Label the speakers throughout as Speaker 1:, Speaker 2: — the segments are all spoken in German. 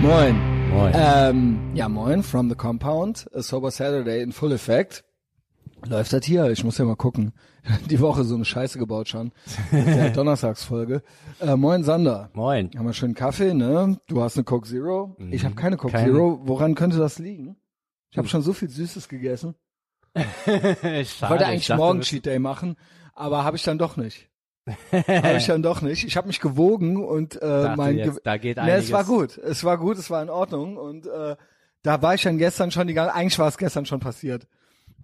Speaker 1: Moin.
Speaker 2: Moin.
Speaker 1: Ähm, ja, moin from the compound. A Sober Saturday in Full Effect. Läuft das hier? Ich muss ja mal gucken. Die Woche so eine Scheiße gebaut schon. Mit der Donnerstagsfolge. Äh, moin Sander.
Speaker 2: Moin.
Speaker 1: Haben wir schönen Kaffee, ne? Du hast eine Coke Zero. Ich habe keine Coke
Speaker 2: Keine.
Speaker 1: Zero. Woran könnte das liegen? Ich habe schon so viel Süßes gegessen.
Speaker 2: Schade,
Speaker 1: Ich wollte
Speaker 2: ich
Speaker 1: eigentlich
Speaker 2: dachte,
Speaker 1: morgen
Speaker 2: das-
Speaker 1: Cheat Day machen, aber habe ich dann doch nicht. habe ich dann doch nicht. Ich habe mich gewogen und äh,
Speaker 2: Dachte
Speaker 1: mein
Speaker 2: jetzt,
Speaker 1: Ge-
Speaker 2: da geht
Speaker 1: Ne, es
Speaker 2: einiges.
Speaker 1: war gut. Es war gut, es war in Ordnung und äh, da war ich dann gestern schon die ganze eigentlich war es gestern schon passiert.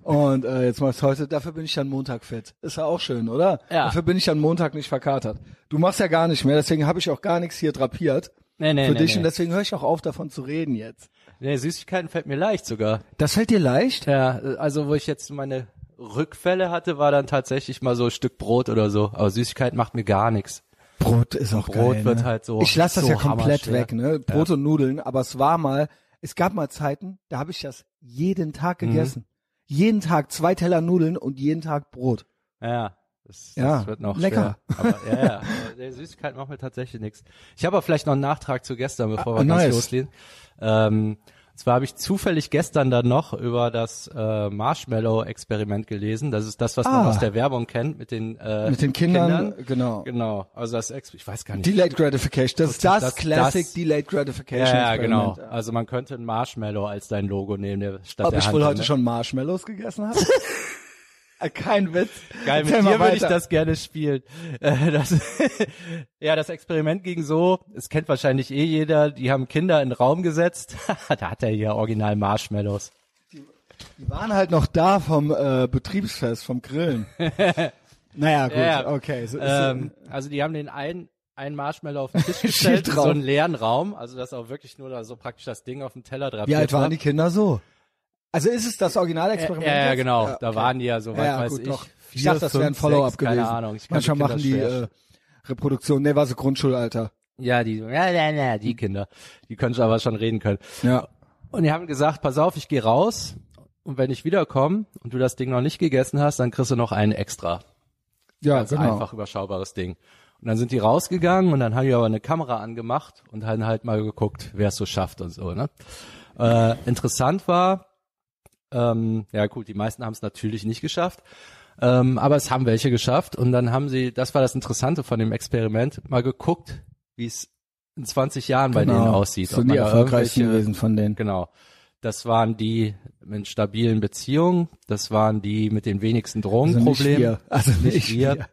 Speaker 1: Und äh, jetzt machst heute, dafür bin ich dann Montag fit. Ist ja auch schön, oder?
Speaker 2: Ja.
Speaker 1: Dafür bin ich dann Montag nicht verkatert. Du machst ja gar nicht mehr, deswegen habe ich auch gar nichts hier drapiert
Speaker 2: Nee, nee,
Speaker 1: für
Speaker 2: nee,
Speaker 1: dich
Speaker 2: nee.
Speaker 1: und deswegen höre ich auch auf davon zu reden jetzt.
Speaker 2: nee, Süßigkeiten fällt mir leicht sogar.
Speaker 1: Das fällt dir leicht?
Speaker 2: Ja, äh, also wo ich jetzt meine Rückfälle hatte, war dann tatsächlich mal so ein Stück Brot oder so. Aber Süßigkeit macht mir gar nichts.
Speaker 1: Brot ist auch geil.
Speaker 2: Brot wird
Speaker 1: ne?
Speaker 2: halt so-
Speaker 1: Ich lasse das
Speaker 2: so
Speaker 1: ja komplett
Speaker 2: hammerschwer.
Speaker 1: weg, ne? Brot und Nudeln, aber es war mal, es gab mal Zeiten, da habe ich das jeden Tag
Speaker 2: Mhm.
Speaker 1: gegessen. Jeden Tag zwei Teller Nudeln und jeden Tag Brot.
Speaker 2: Ja. Das,
Speaker 1: Ja,
Speaker 2: das wird noch
Speaker 1: lecker.
Speaker 2: Schwer. Aber ja, ja. aber der Süßigkeit macht mir tatsächlich nichts. Ich habe aber vielleicht noch einen Nachtrag zu gestern, bevor
Speaker 1: Ah,
Speaker 2: wir ganz
Speaker 1: nice.
Speaker 2: loslegen. Ähm, und zwar habe ich zufällig gestern dann noch über das äh, Marshmallow-Experiment gelesen. Das ist das, was man
Speaker 1: Ah.
Speaker 2: aus der Werbung kennt mit den äh,
Speaker 1: Mit den Kindern, genau.
Speaker 2: Genau. Also das Ex ich weiß gar nicht.
Speaker 1: Delayed Gratification, das ist das,
Speaker 2: Das- das-
Speaker 1: Classic
Speaker 2: das-
Speaker 1: Delayed
Speaker 2: ja,
Speaker 1: Gratification.
Speaker 2: ja, genau.
Speaker 1: Experiment.
Speaker 2: Also man könnte ein Marshmallow als dein Logo nehmen, der statt
Speaker 1: Ob
Speaker 2: der
Speaker 1: ich
Speaker 2: Hand
Speaker 1: wohl
Speaker 2: dann,
Speaker 1: heute
Speaker 2: ne?
Speaker 1: schon Marshmallows gegessen habe? Äh, Kein Witz.
Speaker 2: Geil, mit
Speaker 1: Erzähl mal
Speaker 2: dir würde ich
Speaker 1: weiter.
Speaker 2: das gerne spielen. Äh, Das, ja, das Experiment ging so, es kennt wahrscheinlich eh jeder, die haben Kinder in den Raum gesetzt. da hat er hier original Marshmallows.
Speaker 1: Die waren halt noch da vom äh, Betriebsfest, vom Grillen. naja, gut,
Speaker 2: Ja, ja.
Speaker 1: okay. So, ist,
Speaker 2: Ähm, also die haben den einen, einen Marshmallow auf den Tisch gestellt,
Speaker 1: Schild
Speaker 2: in
Speaker 1: drauf.
Speaker 2: so einen leeren Raum, also dass auch wirklich nur da so praktisch das Ding auf dem Teller drapiert
Speaker 1: Wie alt
Speaker 2: war.
Speaker 1: waren die Kinder so? Also ist es das
Speaker 2: Ja,
Speaker 1: Originalexperiment?
Speaker 2: ja,
Speaker 1: jetzt?
Speaker 2: genau, da
Speaker 1: okay.
Speaker 2: waren die ja, soweit
Speaker 1: ja,
Speaker 2: weiß
Speaker 1: gut,
Speaker 2: ich.
Speaker 1: doch. ich
Speaker 2: vier,
Speaker 1: dachte, das wäre ein
Speaker 2: fünf,
Speaker 1: Follow-up
Speaker 2: sechs, keine
Speaker 1: gewesen.
Speaker 2: Ahnung, ich kannte
Speaker 1: Manchmal
Speaker 2: Kinder
Speaker 1: machen die
Speaker 2: schwer.
Speaker 1: äh, Reproduktion. Nee, war so Grundschulalter.
Speaker 2: Ja, die, ja, ja, ja, die Kinder, die können schon aber schon reden können.
Speaker 1: Ja.
Speaker 2: Und die haben gesagt, pass auf, ich gehe raus und wenn ich wiederkomme und du das Ding noch nicht gegessen hast, dann kriegst du noch einen extra.
Speaker 1: Ja,
Speaker 2: Ganz
Speaker 1: genau.
Speaker 2: einfach überschaubares Ding. Und dann sind die rausgegangen und dann haben die aber eine Kamera angemacht und haben halt mal geguckt, wer es so schafft und so. Ne? Äh, interessant war, ähm, ja gut, die meisten haben es natürlich nicht geschafft, ähm, aber es haben welche geschafft und dann haben sie, das war das Interessante von dem Experiment, mal geguckt, wie es in 20 Jahren bei denen aussieht.
Speaker 1: So
Speaker 2: ob
Speaker 1: Genau. die
Speaker 2: man da
Speaker 1: erfolgreichsten
Speaker 2: irgendwelche-
Speaker 1: gewesen von denen.
Speaker 2: Genau. Das waren die mit stabilen Beziehungen, das waren die mit den wenigsten Drogenproblemen.
Speaker 1: Also nicht wir. Also
Speaker 2: Nicht
Speaker 1: nicht
Speaker 2: wir.
Speaker 1: wir.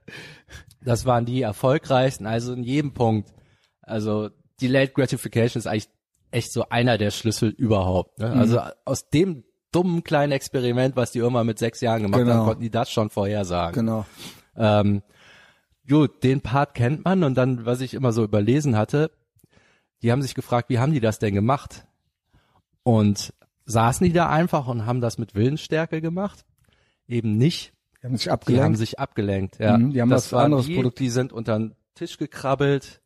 Speaker 2: Das waren die erfolgreichsten, also in jedem Punkt. Also Delayed Gratification ist eigentlich echt so einer der Schlüssel überhaupt.
Speaker 1: Mhm.
Speaker 2: Ne? Also aus dem dummen kleinen Experiment, was die irgendwann mit sechs Jahren gemacht
Speaker 1: Genau.
Speaker 2: haben, konnten die das schon vorhersagen.
Speaker 1: Genau.
Speaker 2: Ähm, gut, den Part kennt man und dann, was ich immer so überlesen hatte, die haben sich gefragt, wie haben die das denn gemacht? Und saßen die da einfach und haben das mit Willensstärke gemacht? Eben nicht.
Speaker 1: Die haben sich
Speaker 2: Die haben
Speaker 1: abgelenkt.
Speaker 2: sich abgelenkt. Ja.
Speaker 1: Mhm, die haben
Speaker 2: das
Speaker 1: was
Speaker 2: waren
Speaker 1: anderes
Speaker 2: die,
Speaker 1: produziert.
Speaker 2: Die sind unter den Tisch gekrabbelt,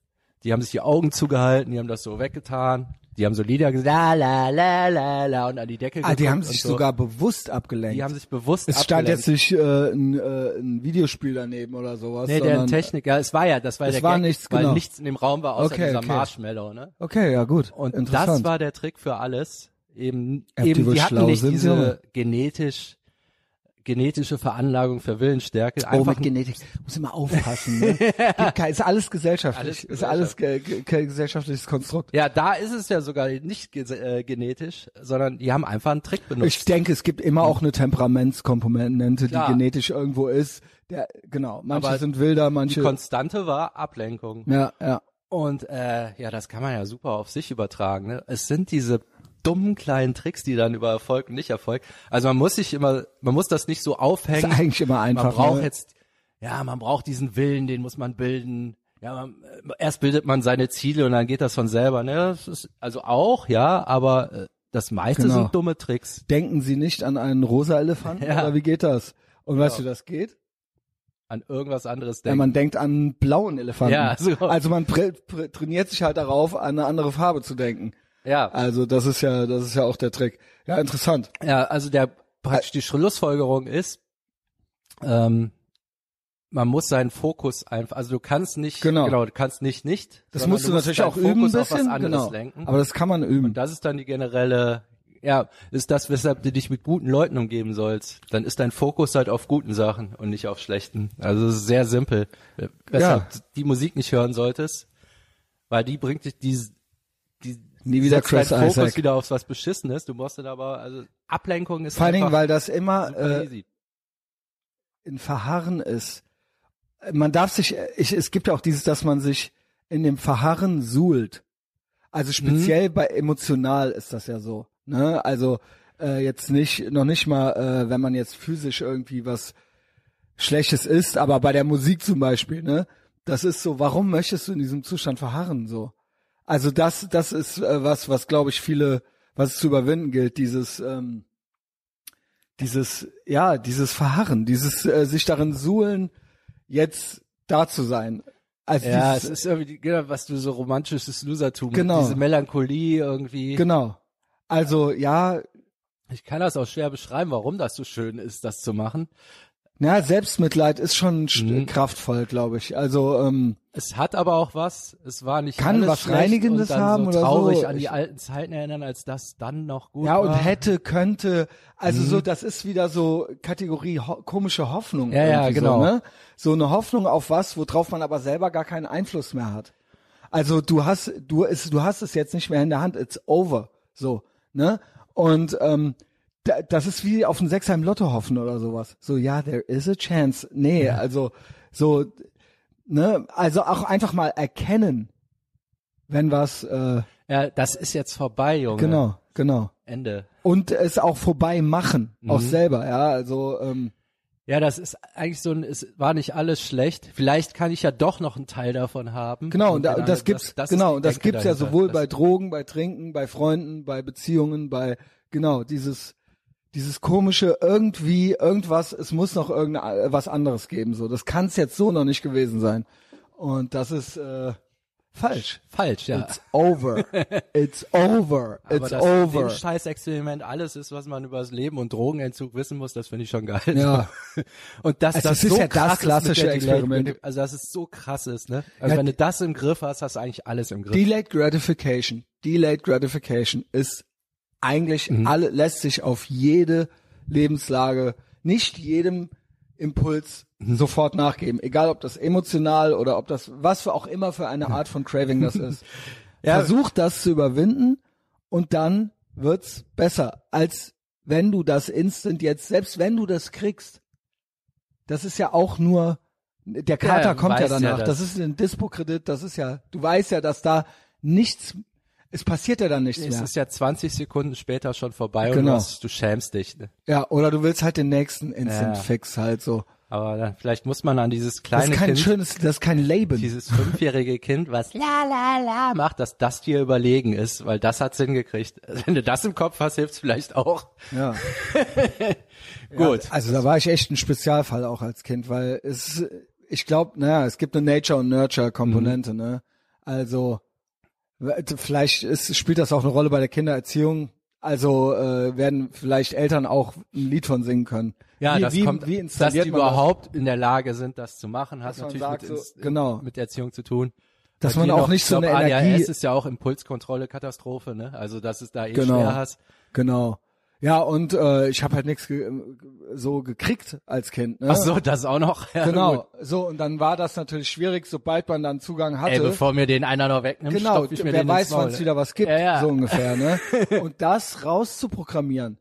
Speaker 2: die haben sich die Augen zugehalten, die haben das so weggetan, die haben so Lieder gesagt, la la la la la und an die Decke
Speaker 1: ah, die
Speaker 2: geguckt
Speaker 1: haben
Speaker 2: und
Speaker 1: sich
Speaker 2: so.
Speaker 1: sogar bewusst abgelenkt.
Speaker 2: die haben sich bewusst
Speaker 1: es stand jetzt
Speaker 2: abgelenkt.
Speaker 1: nicht äh, ein, äh, ein Videospiel daneben oder sowas.
Speaker 2: Nee, der
Speaker 1: sondern,
Speaker 2: Techniker, es war ja, das war
Speaker 1: Es
Speaker 2: der
Speaker 1: war
Speaker 2: Gag,
Speaker 1: nichts,
Speaker 2: weil
Speaker 1: genau.
Speaker 2: nichts in dem Raum war außer
Speaker 1: Okay,
Speaker 2: dieser
Speaker 1: okay.
Speaker 2: Marshmallow, ne?
Speaker 1: Okay, ja gut.
Speaker 2: Und
Speaker 1: Interessant.
Speaker 2: das war der Trick für alles. Eben,
Speaker 1: Ob die
Speaker 2: eben
Speaker 1: wohl
Speaker 2: die
Speaker 1: schlau
Speaker 2: hatten nicht
Speaker 1: sind, Junge?
Speaker 2: diese genetisch genetische Veranlagung für Willensstärke.
Speaker 1: Oh,
Speaker 2: Einfach
Speaker 1: mit Genetik. Muss immer aufpassen. Ne? Gibt kein- ist alles gesellschaftlich.
Speaker 2: Alles
Speaker 1: ist alles ge ge ge- gesellschaftliches Konstrukt.
Speaker 2: ja, da ist es ja sogar nicht ge äh, genetisch, sondern die haben einfach einen Trick benutzt.
Speaker 1: Ich denke, es gibt immer auch eine Temperamentskomponente, die
Speaker 2: Klar.
Speaker 1: genetisch irgendwo ist. Der, genau. Manche
Speaker 2: Aber
Speaker 1: sind wilder,
Speaker 2: die
Speaker 1: manche.
Speaker 2: Konstante war Ablenkung.
Speaker 1: ja, ja.
Speaker 2: Und äh, ja, das kann man ja super auf sich übertragen. Ne? Es sind diese dummen kleinen Tricks, die dann über Erfolg und nicht Erfolg. Also man muss sich immer, man muss das nicht so
Speaker 1: Ist
Speaker 2: aufhängen.
Speaker 1: eigentlich immer einfach.
Speaker 2: man braucht
Speaker 1: ne?
Speaker 2: jetzt, ja, man braucht diesen Willen, den muss man bilden. Ja, man, äh, erst bildet man seine Ziele und dann geht das von selber. Ne? Das ist, also auch, ja, aber äh, das meiste
Speaker 1: Genau.
Speaker 2: sind dumme Tricks.
Speaker 1: Denken Sie nicht an einen rosa Elefanten?
Speaker 2: Ja.
Speaker 1: Oder wie geht das? Und weißt du, das geht?
Speaker 2: An irgendwas anderes
Speaker 1: Ja,
Speaker 2: denken.
Speaker 1: man denkt an einen blauen Elefanten.
Speaker 2: Ja, so.
Speaker 1: Also man prä- prä- trainiert sich halt darauf, an eine andere Farbe zu denken.
Speaker 2: ja.
Speaker 1: Also das ist ja, das ist ja auch der Trick. Ja, interessant.
Speaker 2: Ja, also der praktisch die Schlussfolgerung ist, ähm, man muss seinen Fokus einfach, also du kannst nicht,
Speaker 1: Genau.
Speaker 2: du kannst nicht nicht.
Speaker 1: Das
Speaker 2: sondern
Speaker 1: musst du natürlich
Speaker 2: deinen
Speaker 1: auch üben ein
Speaker 2: Fokus auf
Speaker 1: bisschen,
Speaker 2: was anderes
Speaker 1: genau.
Speaker 2: lenken.
Speaker 1: Aber das kann man üben.
Speaker 2: Und das ist dann die generelle, ja, ist das, weshalb du dich mit guten Leuten umgeben sollst. Dann ist dein Fokus halt auf guten Sachen und nicht auf schlechten. Also es ist sehr simpel. äh, Weshalb du die Musik nicht hören solltest, weil die bringt dich die, die
Speaker 1: Nie wieder
Speaker 2: setzt
Speaker 1: Chris
Speaker 2: deinen Fokus
Speaker 1: Isaac.
Speaker 2: wieder auf was Beschissenes. Du musst dann aber, also Ablenkung ist
Speaker 1: Vor allen Dingen,
Speaker 2: einfach
Speaker 1: weil das immer
Speaker 2: super
Speaker 1: äh,
Speaker 2: easy.
Speaker 1: in Verharren ist. Man darf sich, ich, es gibt ja auch dieses, dass man sich in dem Verharren suhlt.
Speaker 2: Mhm.
Speaker 1: Also speziell bei emotional ist das ja so. Ne? Also äh, jetzt nicht, noch nicht mal, äh, wenn man jetzt physisch irgendwie was Schlechtes ist, aber bei der Musik zum Beispiel, ne? Das ist so, warum möchtest du in diesem Zustand verharren so? Also das, das ist äh, was, was glaube ich viele, was es zu überwinden gilt, dieses, ähm, dieses, ja, dieses Verharren, dieses äh, sich darin suhlen, jetzt da zu sein. Also
Speaker 2: Ja, es
Speaker 1: dieses,
Speaker 2: ist irgendwie, die- genau, was du so romantisches Losertum,
Speaker 1: Genau.
Speaker 2: diese Melancholie irgendwie.
Speaker 1: genau. Also ja,
Speaker 2: Ich kann das auch schwer beschreiben, warum das so schön ist, das zu machen.
Speaker 1: na Selbstmitleid ist schon st-
Speaker 2: Mhm.
Speaker 1: kraftvoll, glaube ich. Also ähm,
Speaker 2: Es hat aber auch was. Es war nicht
Speaker 1: Kann
Speaker 2: alles
Speaker 1: was
Speaker 2: schlecht
Speaker 1: Reinigendes
Speaker 2: und dann
Speaker 1: haben
Speaker 2: so
Speaker 1: oder
Speaker 2: traurig
Speaker 1: so.
Speaker 2: an
Speaker 1: Ich-
Speaker 2: die alten Zeiten erinnern, als das dann noch gut
Speaker 1: Ja,
Speaker 2: war.
Speaker 1: und hätte, könnte, also so, das ist wieder so Kategorie ho komische Hoffnung.
Speaker 2: Mhm. Ja, ja,
Speaker 1: irgendwie
Speaker 2: genau.
Speaker 1: So, ne? so eine Hoffnung auf was, worauf man aber selber gar keinen Einfluss mehr hat. Also du hast, du ist, du hast es jetzt nicht mehr in der Hand, it's over. So, ne? Und ähm, da, das ist wie auf den Sechsheim Lotto hoffen oder sowas. So, ja, there is a chance. Nee, also so, ne, also auch einfach mal erkennen, wenn was, äh,
Speaker 2: ja, das ist jetzt vorbei, Junge.
Speaker 1: genau, genau
Speaker 2: Ende.
Speaker 1: und es auch vorbei machen, auch
Speaker 2: Mhm.
Speaker 1: selber, ja, also ähm,
Speaker 2: Ja, das ist eigentlich so ein, es war nicht alles schlecht. Vielleicht kann ich ja doch noch einen Teil davon haben.
Speaker 1: genau und, da,
Speaker 2: dann-
Speaker 1: und das gibt's
Speaker 2: das ist
Speaker 1: genau
Speaker 2: die
Speaker 1: und das
Speaker 2: Denke
Speaker 1: gibt's ja
Speaker 2: dahinter.
Speaker 1: sowohl
Speaker 2: Das-
Speaker 1: bei Drogen, bei Trinken, bei Freunden, bei Beziehungen, bei genau dieses dieses komische irgendwie irgendwas, es muss noch irgendwas anderes geben, so das kann's jetzt so noch nicht gewesen sein und das ist äh, falsch.
Speaker 2: falsch, ja.
Speaker 1: It's over, it's over,
Speaker 2: Aber
Speaker 1: it's
Speaker 2: das
Speaker 1: over.
Speaker 2: Scheißexperiment alles ist, was man über das Leben und Drogenentzug wissen muss, das finde ich schon geil.
Speaker 1: Ja.
Speaker 2: Und dass
Speaker 1: Also
Speaker 2: das
Speaker 1: es ist
Speaker 2: so
Speaker 1: ja das
Speaker 2: krass
Speaker 1: klassische
Speaker 2: ist mit der Delay-
Speaker 1: Experiment.
Speaker 2: mit dem- also dass es so krass ist, ne? Also
Speaker 1: Ja,
Speaker 2: wenn du
Speaker 1: die-
Speaker 2: das im Griff hast, hast du eigentlich alles im Griff.
Speaker 1: Delayed Gratification. Delayed Gratification ist eigentlich alle, lässt sich auf jede Lebenslage, nicht jedem Impuls sofort nachgeben. Egal, ob das emotional oder ob das, was für auch immer für eine Art von Craving das ist. Versuch das zu überwinden und dann wird's besser, als wenn du das instant jetzt, selbst wenn du das kriegst, das ist ja auch nur, der Kater
Speaker 2: Ja,
Speaker 1: kommt ja
Speaker 2: weiß ja
Speaker 1: danach. das
Speaker 2: das.
Speaker 1: ist ein Dispo-Kredit, das ist ja, du weißt ja, dass da nichts, es passiert ja dann nichts
Speaker 2: es
Speaker 1: mehr.
Speaker 2: ist ja 20 Sekunden später schon vorbei und
Speaker 1: Genau.
Speaker 2: du, hast, du schämst dich. Ne?
Speaker 1: Ja, oder du willst halt den nächsten
Speaker 2: Ja.
Speaker 1: Instant-Fix halt so.
Speaker 2: Aber dann, vielleicht muss man an dieses
Speaker 1: Das
Speaker 2: kleine
Speaker 1: ist kein
Speaker 2: Kind,
Speaker 1: schönes, das ist kein Leben.
Speaker 2: dieses fünfjährige Kind, was la la la macht, dass das dir überlegen ist, weil das hat's hingekriegt. Wenn du das im Kopf hast, hilft's vielleicht auch.
Speaker 1: Ja.
Speaker 2: Gut.
Speaker 1: Also da war ich echt ein Spezialfall auch als Kind, weil es, ich glaube, naja, es gibt eine Nature und Nurture Komponente,
Speaker 2: Mhm.
Speaker 1: ne? Also w- vielleicht ist, spielt das auch eine Rolle bei der Kindererziehung. Also äh, werden vielleicht Eltern auch ein Lied von singen können.
Speaker 2: Ja,
Speaker 1: wie,
Speaker 2: das
Speaker 1: wie,
Speaker 2: kommt,
Speaker 1: wie
Speaker 2: dass die
Speaker 1: installiert man das?
Speaker 2: überhaupt in der Lage sind, das zu machen, hat
Speaker 1: Dass man
Speaker 2: natürlich
Speaker 1: sagt,
Speaker 2: mit, ins,
Speaker 1: so, genau.
Speaker 2: mit Erziehung zu tun.
Speaker 1: Dass
Speaker 2: Bei
Speaker 1: man
Speaker 2: dir
Speaker 1: auch
Speaker 2: noch,
Speaker 1: nicht
Speaker 2: ich
Speaker 1: so
Speaker 2: glaub,
Speaker 1: eine
Speaker 2: ADHS
Speaker 1: Energie-
Speaker 2: ist ja auch Impulskontrolle, Katastrophe, ne? Also, dass es da eh
Speaker 1: Genau.
Speaker 2: schwer hast.
Speaker 1: Genau. Ja, und äh, ich habe halt nichts ge so gekriegt als Kind. Ne?
Speaker 2: Ach so, das auch noch. Ja, gut.
Speaker 1: Genau. So, und dann war das natürlich schwierig, sobald man dann Zugang hatte.
Speaker 2: Ey, bevor mir den einer noch wegnimmt,
Speaker 1: Genau,
Speaker 2: stopf ich mir
Speaker 1: wer
Speaker 2: den
Speaker 1: weiß,
Speaker 2: ins Maul.
Speaker 1: wann es wieder was gibt,
Speaker 2: Ja, ja.
Speaker 1: so ungefähr, ne? Und das rauszuprogrammieren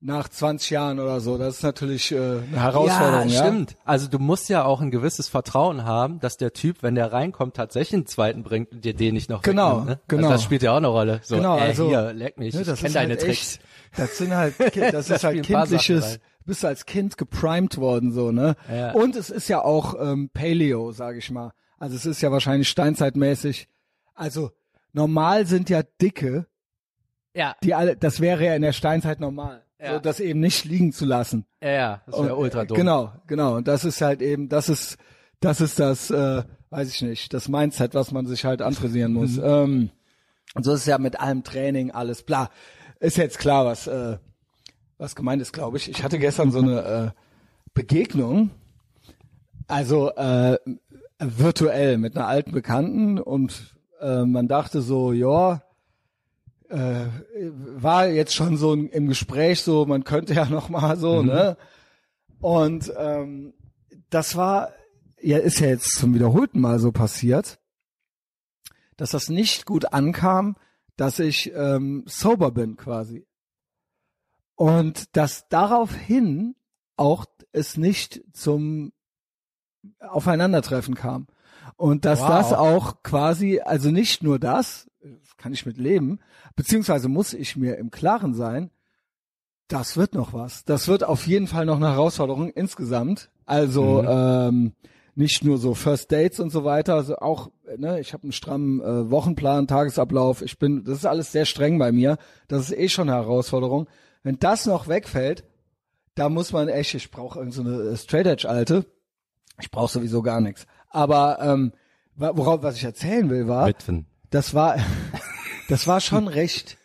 Speaker 1: nach 20 Jahren oder so, das ist natürlich äh, eine Herausforderung, ja.
Speaker 2: ja, stimmt. Also du musst ja auch ein gewisses Vertrauen haben, dass der Typ, wenn der reinkommt, tatsächlich einen zweiten bringt und dir den nicht noch
Speaker 1: Genau,
Speaker 2: wegnimmt. Ne?
Speaker 1: genau.
Speaker 2: Also das spielt ja auch eine Rolle. So,
Speaker 1: Genau,
Speaker 2: ey,
Speaker 1: also-
Speaker 2: hier, leck mich,
Speaker 1: Ne,
Speaker 2: ich kenn deine Tricks.
Speaker 1: Echt, das sind halt, Ki- das
Speaker 2: Da
Speaker 1: ist halt
Speaker 2: spielen ein paar Sachen
Speaker 1: kindliches,
Speaker 2: rein.
Speaker 1: bist als Kind geprimed worden, so, ne?
Speaker 2: Ja.
Speaker 1: Und es ist ja auch ähm, Paleo, sage ich mal. Also es ist ja wahrscheinlich steinzeitmäßig. Also normal sind ja dicke,
Speaker 2: Ja,
Speaker 1: die alle, das wäre ja in der Steinzeit normal.
Speaker 2: Ja.
Speaker 1: So, das eben nicht liegen zu lassen.
Speaker 2: ja, ja, das wäre
Speaker 1: Und,
Speaker 2: ultra dumm.
Speaker 1: Genau, genau. Und das ist halt eben, das ist, das ist das, äh, weiß ich nicht, das Mindset, was man sich halt antrainieren muss.
Speaker 2: Mhm.
Speaker 1: ähm, und so ist es ja mit allem Training, alles bla. Ist jetzt klar, was, äh, was gemeint ist, glaube ich. Ich hatte gestern so eine äh, Begegnung Also äh, virtuell mit einer alten Bekannten und äh, man dachte so, ja, äh, war jetzt schon so ein, im Gespräch so, man könnte ja noch mal so,
Speaker 2: Mhm.
Speaker 1: ne? Und ähm, das war, ja, ist ja jetzt zum wiederholten Mal so passiert, dass das nicht gut ankam, dass ich ähm, sober bin quasi. Und dass daraufhin auch es nicht zum Aufeinandertreffen kam. Und dass
Speaker 2: Wow.
Speaker 1: das auch quasi, also nicht nur das, kann ich mit leben, beziehungsweise muss ich mir im Klaren sein, das wird noch was. Das wird auf jeden Fall noch eine Herausforderung insgesamt. Also ähm, nicht nur so First Dates und so weiter, also auch, ne, ich habe einen strammen äh, Wochenplan, Tagesablauf, ich bin, das ist alles sehr streng bei mir. Das ist eh schon eine Herausforderung. Wenn das noch wegfällt, da muss man echt, ich brauche irgendeine so eine, äh, Straight Edge Alte. Ich brauche sowieso gar nichts. Aber ähm, wa- worauf was ich erzählen will war,
Speaker 2: Witwen.
Speaker 1: das war das war schon recht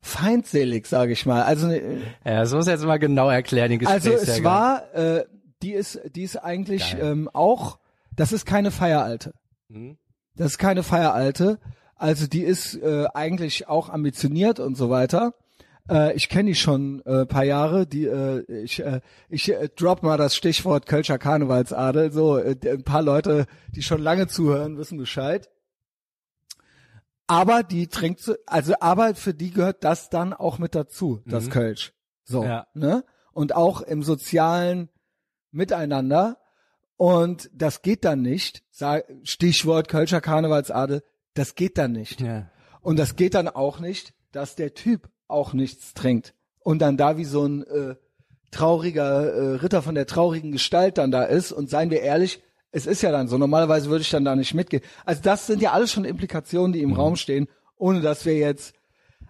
Speaker 1: feindselig, sage ich mal. Also äh,
Speaker 2: Ja, das muss jetzt mal genau erklären, den
Speaker 1: also
Speaker 2: Gesprächshergang.
Speaker 1: es war äh, die ist die ist eigentlich
Speaker 2: Geil.
Speaker 1: ähm, auch das ist keine Feieralte.
Speaker 2: Mhm.
Speaker 1: Das ist keine Feieralte. Also die ist äh, eigentlich auch ambitioniert und so weiter. Äh, ich kenne die schon äh, paar Jahre. Die äh, ich äh, ich äh, drop mal das Stichwort Kölscher Karnevalsadel. So äh, d- ein paar Leute, die schon lange zuhören, wissen Bescheid. Aber die trinkt so- also aber für die gehört das dann auch mit dazu, das
Speaker 2: Mhm.
Speaker 1: Kölsch. So,
Speaker 2: Ja.
Speaker 1: ne? Und auch im sozialen Miteinander und das geht dann nicht. Sa- Stichwort Kölscher Karnevalsadel. Das geht dann nicht.
Speaker 2: Ja.
Speaker 1: Und das geht dann auch nicht, dass der Typ auch nichts trinkt. Und dann da wie so ein äh, trauriger äh, Ritter von der traurigen Gestalt dann da ist. Und seien wir ehrlich, es ist ja dann so. Normalerweise würde ich dann da nicht mitgehen. Also das sind ja alles schon Implikationen, die im Raum stehen, ohne dass wir jetzt.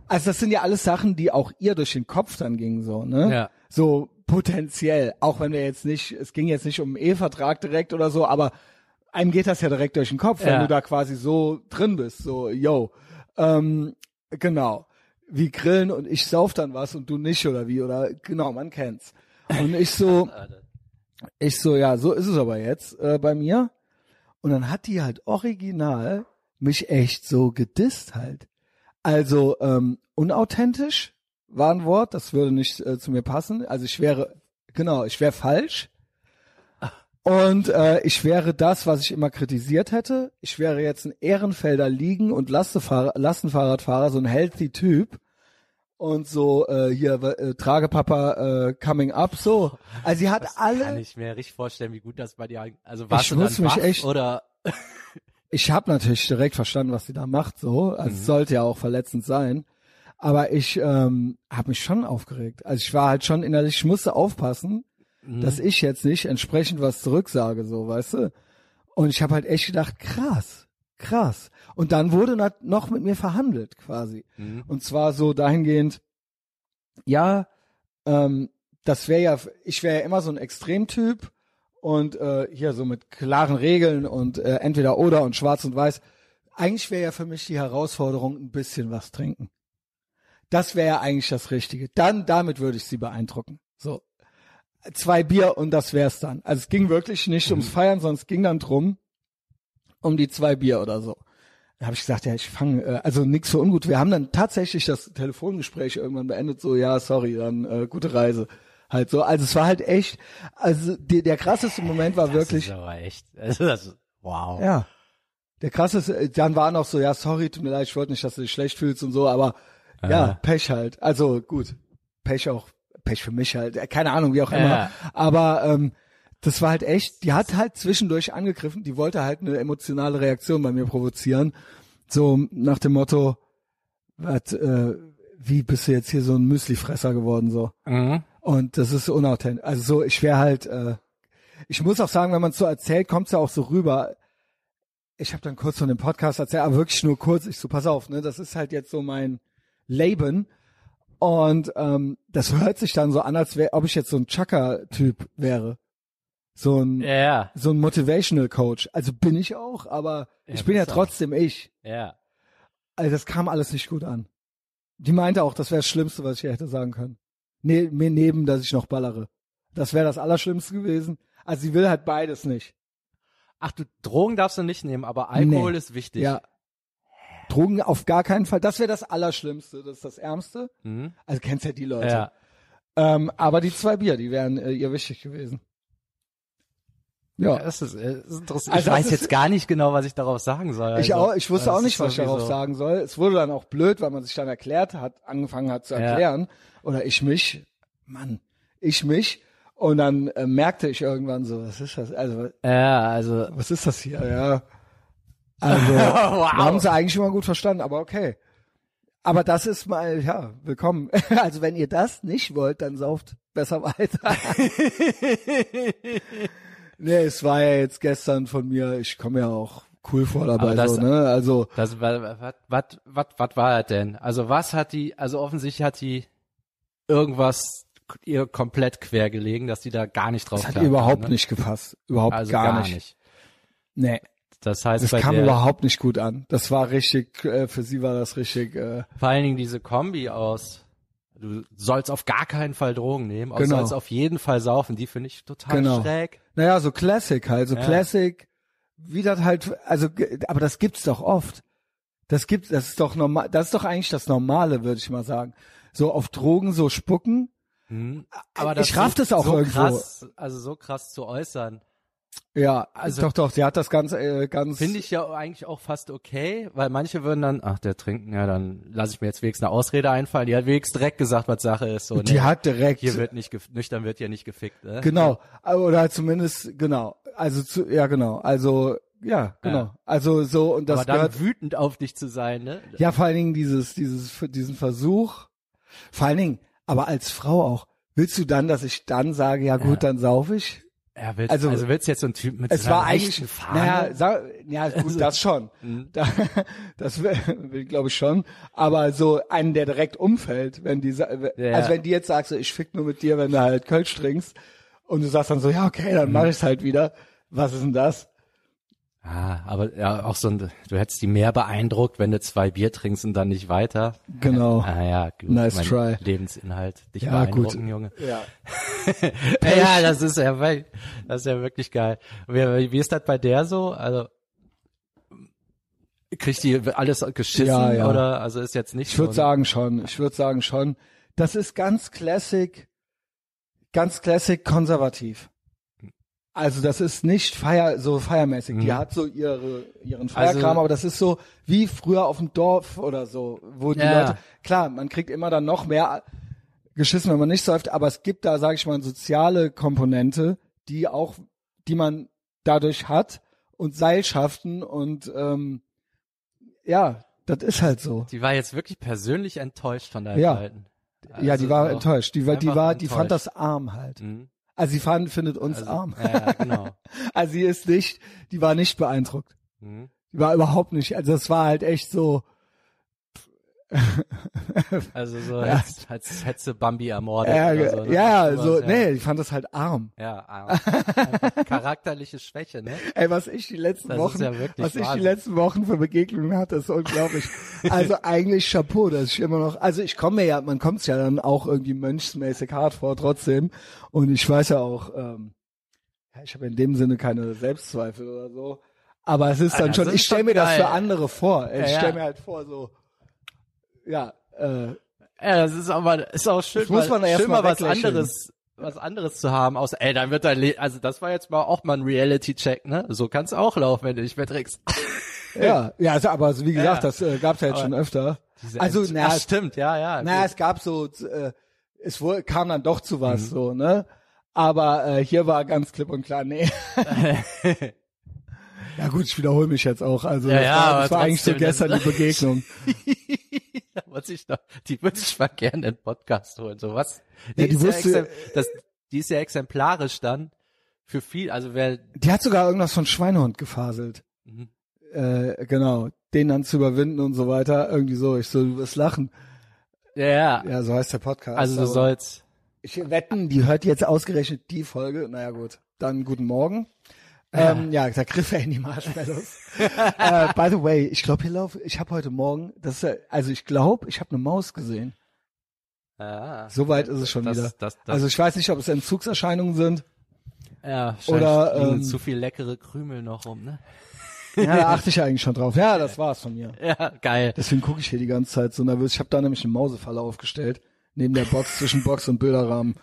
Speaker 1: Also das sind ja alles Sachen, die auch ihr durch den Kopf dann gingen so, ne?
Speaker 2: Ja.
Speaker 1: So potenziell, auch wenn wir jetzt nicht, es ging jetzt nicht um einen Ehevertrag direkt oder so, aber einem geht das ja direkt durch den Kopf, wenn
Speaker 2: Ja.
Speaker 1: du da quasi so drin bist, so, yo, ähm, genau, wie grillen und ich sauf dann was und du nicht oder wie oder, genau, man kennt's. Und ich so, ich so, ja, so ist es aber jetzt äh, bei mir. Und dann hat die halt original mich echt so gedisst halt. Also ähm, unauthentisch war ein Wort, das würde nicht äh, zu mir passen. Also ich wäre, genau, ich wäre falsch. Und äh, ich wäre das, was ich immer kritisiert hätte. Ich wäre jetzt ein Ehrenfelder liegen und Lastenfahr Lastenfahrradfahrer, so ein healthy Typ. Und so äh, hier äh, Tragepapa äh, coming up so. Also sie hat alle
Speaker 2: Kann ich mir richtig vorstellen, wie gut das bei dir an- Also warst du
Speaker 1: muss
Speaker 2: dann
Speaker 1: mich
Speaker 2: wach
Speaker 1: echt-
Speaker 2: oder
Speaker 1: ich habe natürlich direkt verstanden, was sie da macht, so. Also es sollte ja auch verletzend sein. Aber ich ähm, habe mich schon aufgeregt. Also ich war halt schon innerlich, ich musste aufpassen,
Speaker 2: hm, Mhm.
Speaker 1: dass ich jetzt nicht entsprechend was zurücksage, so, weißt du? Und ich habe halt echt gedacht, krass, krass. Und dann wurde nat- noch mit mir verhandelt quasi.
Speaker 2: Mhm.
Speaker 1: Und zwar so dahingehend, ja, ähm, das wäre ja, ich wäre ja immer so ein Extremtyp und äh, hier so mit klaren Regeln und äh, entweder oder und schwarz und weiß. Eigentlich wäre ja für mich die Herausforderung, ein bisschen was trinken. Das wäre ja eigentlich das Richtige. Dann, damit würde ich sie beeindrucken. So. Zwei Bier und das wär's dann. Also es ging wirklich nicht
Speaker 2: Mhm.
Speaker 1: ums Feiern, sondern es ging dann drum, um die zwei Bier oder so. Da habe ich gesagt, ja, ich fange, äh, also nix für ungut. Wir haben dann tatsächlich das Telefongespräch irgendwann beendet, so, ja, sorry, dann äh, gute Reise. Halt so. Also es war halt echt, also die, der krasseste Moment war
Speaker 2: das
Speaker 1: wirklich.
Speaker 2: Ist aber echt. Also das ist, wow.
Speaker 1: Ja. Der krasseste, äh, dann war noch so, ja, sorry, tut mir leid, ich wollte nicht, dass du dich schlecht fühlst und so, aber ja,
Speaker 2: Ah.
Speaker 1: Pech halt. Also gut, Pech auch, Pech für mich halt, Äh, keine Ahnung, wie auch immer.
Speaker 2: Ja.
Speaker 1: Aber ähm, das war halt echt, die hat halt zwischendurch angegriffen, die wollte halt eine emotionale Reaktion bei mir provozieren. So nach dem Motto, was, äh, wie bist du jetzt hier so ein Müslifresser geworden so?
Speaker 2: Mhm.
Speaker 1: Und das ist unauthentisch. Also so, ich wäre halt, äh, ich muss auch sagen, wenn man es so erzählt, kommt es ja auch so rüber. Ich habe dann kurz von dem Podcast erzählt, aber wirklich nur kurz. Ich so, pass auf, ne, das ist halt jetzt so mein Leben. Und ähm, das hört sich dann so an, als wär, ob ich jetzt so ein Chaka-Typ wäre. So ein,
Speaker 2: Ja, ja,
Speaker 1: so ein Motivational Coach. Also bin ich auch, aber
Speaker 2: Ja,
Speaker 1: ich bin ja
Speaker 2: bist du auch.
Speaker 1: trotzdem ich.
Speaker 2: ja.
Speaker 1: Also das kam alles nicht gut an. Die meinte auch, das wäre das Schlimmste, was ich ihr hätte sagen können. Ne, mir neben, dass ich noch ballere. Das wäre das Allerschlimmste gewesen. Also sie will halt beides nicht.
Speaker 2: Ach, du Drogen darfst du nicht nehmen, aber Alkohol
Speaker 1: Nee.
Speaker 2: ist wichtig.
Speaker 1: Ja. Drogen auf gar keinen Fall. Das wäre das Allerschlimmste. Das ist das Ärmste.
Speaker 2: Mhm.
Speaker 1: Also kennst ja die Leute.
Speaker 2: ja.
Speaker 1: Ähm, aber die zwei Bier, die wären äh, ihr wichtig gewesen. Ja.
Speaker 2: Das ist, äh, das ist interessant.
Speaker 1: Also
Speaker 2: ich
Speaker 1: das
Speaker 2: weiß
Speaker 1: ist-
Speaker 2: jetzt gar nicht genau, was ich darauf sagen soll.
Speaker 1: Ich,
Speaker 2: also.
Speaker 1: auch, ich wusste
Speaker 2: Das
Speaker 1: auch
Speaker 2: ist
Speaker 1: nicht, was ich
Speaker 2: sowieso-
Speaker 1: darauf sagen soll. Es wurde dann auch blöd, weil man sich dann erklärt hat, angefangen hat zu
Speaker 2: Ja.
Speaker 1: erklären. Oder ich mich. Mann, ich mich. Und dann äh, merkte ich irgendwann so, was ist das? Also,
Speaker 2: Ja, also.
Speaker 1: was ist das hier? Ja. Also, wir haben sie eigentlich immer gut verstanden, aber okay. Aber das ist mal, ja, willkommen. Also, wenn ihr das nicht wollt, dann sauft besser weiter. nee, es war ja jetzt gestern von mir, ich komme ja auch cool vor dabei,
Speaker 2: Aber das-
Speaker 1: so, ne? Also,
Speaker 2: Das, was, was, was, was war das denn? Also was hat die, also offensichtlich hat die irgendwas ihr komplett quer gelegen, dass die da gar nicht drauf
Speaker 1: Das hat
Speaker 2: klarkam,
Speaker 1: überhaupt
Speaker 2: ne?
Speaker 1: nicht gepasst. Überhaupt
Speaker 2: Also
Speaker 1: gar, nicht. Nee,
Speaker 2: Das heißt,
Speaker 1: das
Speaker 2: bei
Speaker 1: kam
Speaker 2: der,
Speaker 1: überhaupt nicht gut an. Das war richtig, äh, für sie war das richtig, äh,
Speaker 2: vor allen Dingen diese Kombi aus, du sollst auf gar keinen Fall Drogen nehmen, auch
Speaker 1: Genau.
Speaker 2: sollst auf jeden Fall saufen, die finde ich total
Speaker 1: Genau.
Speaker 2: schräg.
Speaker 1: naja, so Classic halt, so
Speaker 2: Ja.
Speaker 1: Classic, wie das halt, also, ge- aber das gibt's doch oft. Das gibt, das ist doch normal, das ist doch eigentlich das Normale, würde ich mal sagen. So auf Drogen so spucken.
Speaker 2: Hm.
Speaker 1: Ich
Speaker 2: Aber das
Speaker 1: raff das auch
Speaker 2: so
Speaker 1: irgendwo.
Speaker 2: Krass, also so krass zu äußern,
Speaker 1: Ja, also,
Speaker 2: Also-
Speaker 1: doch, doch, sie hat das ganz, äh, ganz,
Speaker 2: finde ich ja eigentlich auch fast okay, weil manche würden dann, ach, der trinken, ja, dann lasse ich mir jetzt wenigstens eine Ausrede einfallen. Die hat wenigstens direkt gesagt, was Sache ist. So,
Speaker 1: die
Speaker 2: nee,
Speaker 1: hat direkt,
Speaker 2: hier wird nicht, gef- nüchtern wird ja nicht gefickt. Ne?
Speaker 1: Genau, oder zumindest genau. Also zu, ja genau, also ja genau.
Speaker 2: Ja.
Speaker 1: Also so und das
Speaker 2: Aber dann
Speaker 1: gehört
Speaker 2: wütend auf dich zu sein, ne?
Speaker 1: ja vor allen Dingen dieses dieses diesen Versuch. Vor allen Dingen, aber als Frau auch. Willst du dann, dass ich dann sage, ja gut, dann saufe ich?
Speaker 2: Ja, willst,
Speaker 1: also-
Speaker 2: also, also willst du jetzt so ein Typ mit
Speaker 1: Es
Speaker 2: so einer
Speaker 1: war eigentlich,
Speaker 2: leichten Fahne?
Speaker 1: naja, sag, ja gut, das schon. Da, das will, will glaube ich schon. Aber so einen, der direkt umfällt, wenn die, sa-
Speaker 2: Ja.
Speaker 1: also wenn die jetzt sagst, so, ich fick nur mit dir, wenn du halt Kölsch trinkst, und du sagst dann so, ja okay, dann mache ich's halt wieder. Was ist denn das?
Speaker 2: ah, aber ja, auch so ein, du hättest die mehr beeindruckt, wenn du zwei Bier trinkst und dann nicht weiter.
Speaker 1: Genau.
Speaker 2: Ah ja, gut.
Speaker 1: Nice
Speaker 2: mein
Speaker 1: try.
Speaker 2: Lebensinhalt, dich
Speaker 1: Ja, gut.
Speaker 2: beeindrucken, Junge.
Speaker 1: Ja.
Speaker 2: Ja, das ist ja, wei- das ist ja wirklich geil. Wie, wie ist das bei der so? Also kriegt die alles geschissen
Speaker 1: Ja, ja.
Speaker 2: oder also ist jetzt nicht
Speaker 1: Ich würde
Speaker 2: so ein-
Speaker 1: sagen schon, ich würde sagen schon. Das ist ganz classic, ganz classic konservativ. Also das ist nicht feier, so feiermäßig. Die
Speaker 2: Mhm.
Speaker 1: hat so ihre, ihren
Speaker 2: Also-
Speaker 1: Feierkram, aber das ist so wie früher auf dem Dorf oder so, wo die
Speaker 2: Ja.
Speaker 1: Leute, klar, man kriegt immer dann noch mehr geschissen, wenn man nicht säuft, aber es gibt da, sage ich mal, eine soziale Komponente, die auch, die man dadurch hat und Seilschaften und ähm, ja, das ist halt so.
Speaker 2: die war jetzt wirklich persönlich enttäuscht von deinem
Speaker 1: Ja.
Speaker 2: Verhalten.
Speaker 1: ja,
Speaker 2: Also
Speaker 1: die war
Speaker 2: so
Speaker 1: enttäuscht. Die war, die
Speaker 2: einfach
Speaker 1: war, die
Speaker 2: enttäuscht.
Speaker 1: fand das arm halt.
Speaker 2: Mhm.
Speaker 1: Also sie fand, findet uns
Speaker 2: Also,
Speaker 1: arm.
Speaker 2: Ja, ja, genau.
Speaker 1: Also sie ist nicht, die war nicht beeindruckt.
Speaker 2: Mhm.
Speaker 1: Die war überhaupt nicht. Also das war halt echt so.
Speaker 2: Also so
Speaker 1: Ja.
Speaker 2: als, als hättest du Bambi ermordet.
Speaker 1: Ja,
Speaker 2: oder so, ne?
Speaker 1: äh, ja,
Speaker 2: Sowas,
Speaker 1: so,
Speaker 2: ja.
Speaker 1: nee, die fand das halt arm.
Speaker 2: Ja, ah, einfach charakterliche Schwäche, ne?
Speaker 1: Ey, was ich die letzten
Speaker 2: Das ist
Speaker 1: Wochen,
Speaker 2: ja wirklich
Speaker 1: was ich die
Speaker 2: Wahnsinn.
Speaker 1: letzten Wochen für Begegnungen hatte, ist unglaublich. also eigentlich Chapeau, dass ich immer noch, also ich komme mir ja, man kommt ja dann auch irgendwie mönchsmäßig hart vor trotzdem. Und ich weiß ja auch, ähm, ja, ich habe in dem Sinne keine Selbstzweifel oder so. Aber es ist
Speaker 2: Ah,
Speaker 1: dann
Speaker 2: das
Speaker 1: schon,
Speaker 2: ist
Speaker 1: ich stelle
Speaker 2: schon
Speaker 1: mir das
Speaker 2: geil.
Speaker 1: für andere vor. Ich
Speaker 2: Ja, ja.
Speaker 1: stelle mir halt vor, so, ja, äh,
Speaker 2: Ja, das ist aber ist auch schön,
Speaker 1: Das muss man
Speaker 2: mal,
Speaker 1: erst
Speaker 2: schön
Speaker 1: mal
Speaker 2: mal was
Speaker 1: weglächeln.
Speaker 2: anderes was anderes zu haben, außer ey, dann wird dein Le also das war jetzt mal auch mal ein Reality Check, ne? So kann's auch laufen, wenn du dich mehr trinkst.
Speaker 1: ja, ja, also, aber wie gesagt,
Speaker 2: Ja.
Speaker 1: das äh, gab's ja jetzt
Speaker 2: Aber
Speaker 1: schon öfter.
Speaker 2: Diese
Speaker 1: Also,
Speaker 2: Ent-
Speaker 1: na,
Speaker 2: Ach, stimmt, ja, ja.
Speaker 1: Na,
Speaker 2: gut.
Speaker 1: es gab so, äh, es wohl, kam dann doch zu was,
Speaker 2: Mhm.
Speaker 1: so, ne? Aber äh, hier war ganz klipp und klar, nee. ja gut, ich wiederhole mich jetzt auch. Also
Speaker 2: Ja,
Speaker 1: das
Speaker 2: ja,
Speaker 1: war,
Speaker 2: aber
Speaker 1: das war eigentlich so
Speaker 2: trotzdem, das-
Speaker 1: gestern die Begegnung.
Speaker 2: da muss ich noch, die würde ich mal gerne in den Podcast holen, sowas.
Speaker 1: Ja, die
Speaker 2: ist
Speaker 1: wusste-
Speaker 2: exemp- das, die ist ja exemplarisch dann für viel, also wer
Speaker 1: Die hat sogar irgendwas von Schweinehund gefaselt.
Speaker 2: Mhm.
Speaker 1: Äh, genau, den dann zu überwinden und so weiter. Irgendwie so, ich so, du wirst lachen.
Speaker 2: ja, ja,
Speaker 1: Ja, so heißt der Podcast.
Speaker 2: also du
Speaker 1: aber
Speaker 2: sollst
Speaker 1: ich wetten, die hört jetzt ausgerechnet die Folge. Naja gut, dann guten Morgen. Ähm, ja, da griff er in die Marshmallows. äh, by the way, ich glaube, hier lauf, ich habe heute Morgen, das ist, ja- also ich glaube, ich habe eine Maus gesehen.
Speaker 2: Ah,
Speaker 1: So weit ist es schon
Speaker 2: das,
Speaker 1: wieder.
Speaker 2: Das, das,
Speaker 1: also ich weiß nicht, ob es Entzugserscheinungen sind.
Speaker 2: Ja,
Speaker 1: Oder,
Speaker 2: wahrscheinlich liegen
Speaker 1: ähm,
Speaker 2: zu viel leckere Krümel noch rum, ne?
Speaker 1: Ja, da achte ich ja eigentlich schon drauf. Ja, das war's von mir.
Speaker 2: Ja, geil.
Speaker 1: Deswegen gucke ich hier die ganze Zeit so nervös. Ich habe da nämlich eine Mausefalle aufgestellt. Neben der Box, zwischen Box und Bilderrahmen.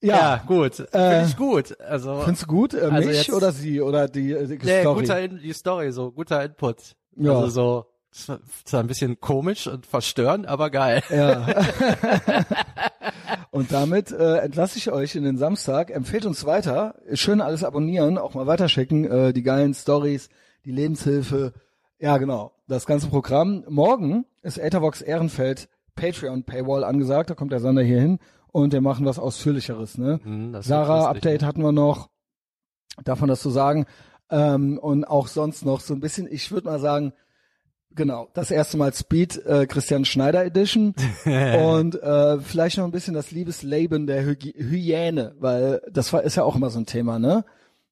Speaker 2: Ja,
Speaker 1: Ja,
Speaker 2: gut.
Speaker 1: Äh,
Speaker 2: Finde ich gut. Also,
Speaker 1: findest du gut? Äh,
Speaker 2: Also
Speaker 1: mich
Speaker 2: jetzt-
Speaker 1: oder sie oder die, äh, die
Speaker 2: nee,
Speaker 1: Story?
Speaker 2: guter In die Story, so guter Input.
Speaker 1: Ja.
Speaker 2: Also so, zwar zwar ein bisschen komisch und verstörend, aber geil.
Speaker 1: Ja. Und damit äh, entlasse ich euch in den Samstag. Empfehlt uns weiter. Schön alles abonnieren, auch mal weiterschicken. Äh, die geilen Stories, die Lebenshilfe. Ja, genau. Das ganze Programm. Morgen ist Ethervox Ehrenfeld Patreon Paywall angesagt. Da kommt der Sander hier hin und wir machen was Ausführlicheres. Ne?
Speaker 2: Hm, das wird
Speaker 1: Sarah
Speaker 2: lustig.
Speaker 1: Update hatten wir noch. Davon das zu sagen. Ähm, und auch sonst noch so ein bisschen, ich würde mal sagen, genau, das erste Mal Speed, äh, Christian Schneider Edition. und äh, vielleicht noch ein bisschen das Liebesleben der Hygi- Hyäne, weil das war, ist ja auch immer so ein Thema, ne?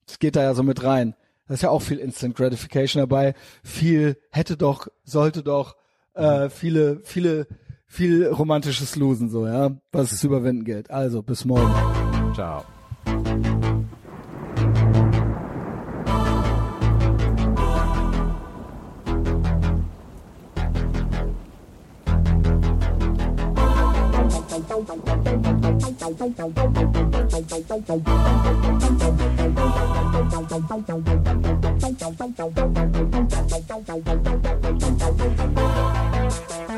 Speaker 1: Das geht da ja so mit rein. Da ist ja auch viel Instant Gratification dabei, viel hätte doch, sollte doch, äh, viele, viele, viel romantisches Losen, so, ja, was es zu überwinden gilt. Also, bis morgen.
Speaker 2: Ciao.
Speaker 3: Thank you.